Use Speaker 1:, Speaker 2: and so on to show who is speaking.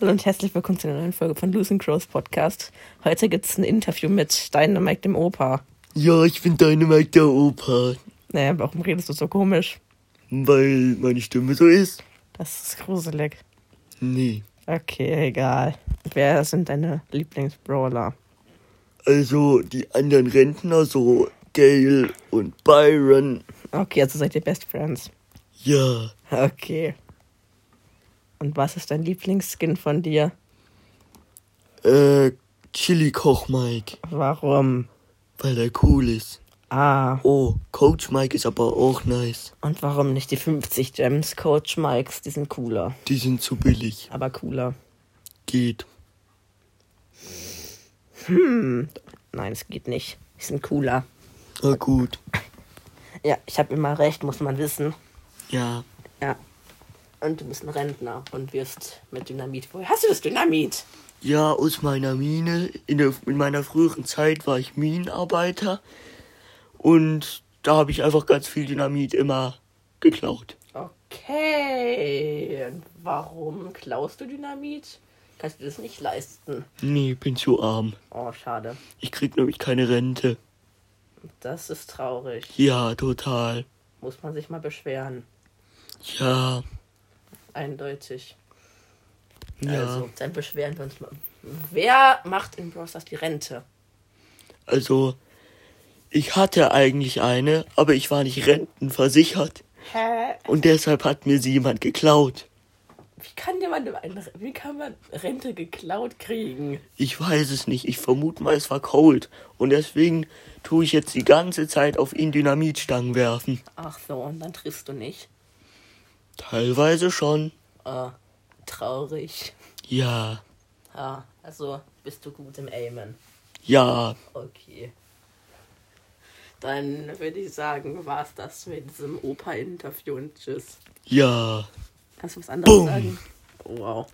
Speaker 1: Hallo und herzlich willkommen zu einer neuen Folge von Losing Crows Podcast. Heute gibt es ein Interview mit Dynamite, dem Opa.
Speaker 2: Ja, ich bin Dynamite der Opa,
Speaker 1: Naja, warum redest du so komisch?
Speaker 2: weil meine Stimme so ist.
Speaker 1: Das ist gruselig.
Speaker 2: Nee.
Speaker 1: Okay, egal. Wer sind deine Lieblingsbrawler?
Speaker 2: Also die anderen Rentner, so Gail und Byron.
Speaker 1: Okay, also seid ihr Best Friends.
Speaker 2: Ja,
Speaker 1: Okay. Und was ist dein Lieblingsskin von dir?
Speaker 2: äh, Chili Koch Mike,
Speaker 1: Warum?
Speaker 2: weil er cool ist.
Speaker 1: Ah,
Speaker 2: Oh, Coach Mike ist aber auch nice.
Speaker 1: und warum nicht die 50 Gems Coach Mikes? Die sind cooler,
Speaker 2: Die sind zu billig.
Speaker 1: aber cooler.
Speaker 2: Geht.
Speaker 1: Nein, es geht nicht. Die sind cooler.
Speaker 2: Na gut.
Speaker 1: Ja, ich habe immer recht, muss man wissen.
Speaker 2: Ja.
Speaker 1: Ja. Und du bist ein Rentner und wirst mit Dynamit. Woher hast du das Dynamit?
Speaker 2: Ja, aus meiner Mine. In, der, in meiner früheren Zeit war ich Minenarbeiter. Und da habe ich einfach ganz viel Dynamit immer geklaut.
Speaker 1: Okay. Und Warum klaust du Dynamit? Kannst du das nicht leisten?
Speaker 2: Nee, bin zu arm.
Speaker 1: Oh, schade.
Speaker 2: Ich krieg nämlich keine Rente.
Speaker 1: Das ist traurig.
Speaker 2: Ja, total.
Speaker 1: Muss man sich mal beschweren.
Speaker 2: Ja,
Speaker 1: Eindeutig.
Speaker 2: ja.
Speaker 1: Also,
Speaker 2: Also,
Speaker 1: dann beschweren wir uns mal. Wer macht in Brawl Stars die Rente?
Speaker 2: also, ich hatte eigentlich eine, aber ich war nicht rentenversichert.
Speaker 1: Hä?
Speaker 2: Und deshalb hat mir sie jemand geklaut.
Speaker 1: Wie kann jemand eine, wie kann man Rente geklaut kriegen?
Speaker 2: Ich weiß es nicht. Ich vermute mal, es war Cold. Und deswegen tue ich jetzt die ganze Zeit auf ihn Dynamitstangen werfen.
Speaker 1: Ach so, und dann triffst du nicht.
Speaker 2: Teilweise schon.
Speaker 1: Äh, traurig.
Speaker 2: Ja.
Speaker 1: Ah, also bist du gut im Aimen.
Speaker 2: Ja.
Speaker 1: Okay. Dann würde ich sagen, war's das mit diesem Opa-Interview und tschüss.
Speaker 2: Ja.
Speaker 1: Kannst du was anderes
Speaker 2: Boom.
Speaker 1: sagen? Wow.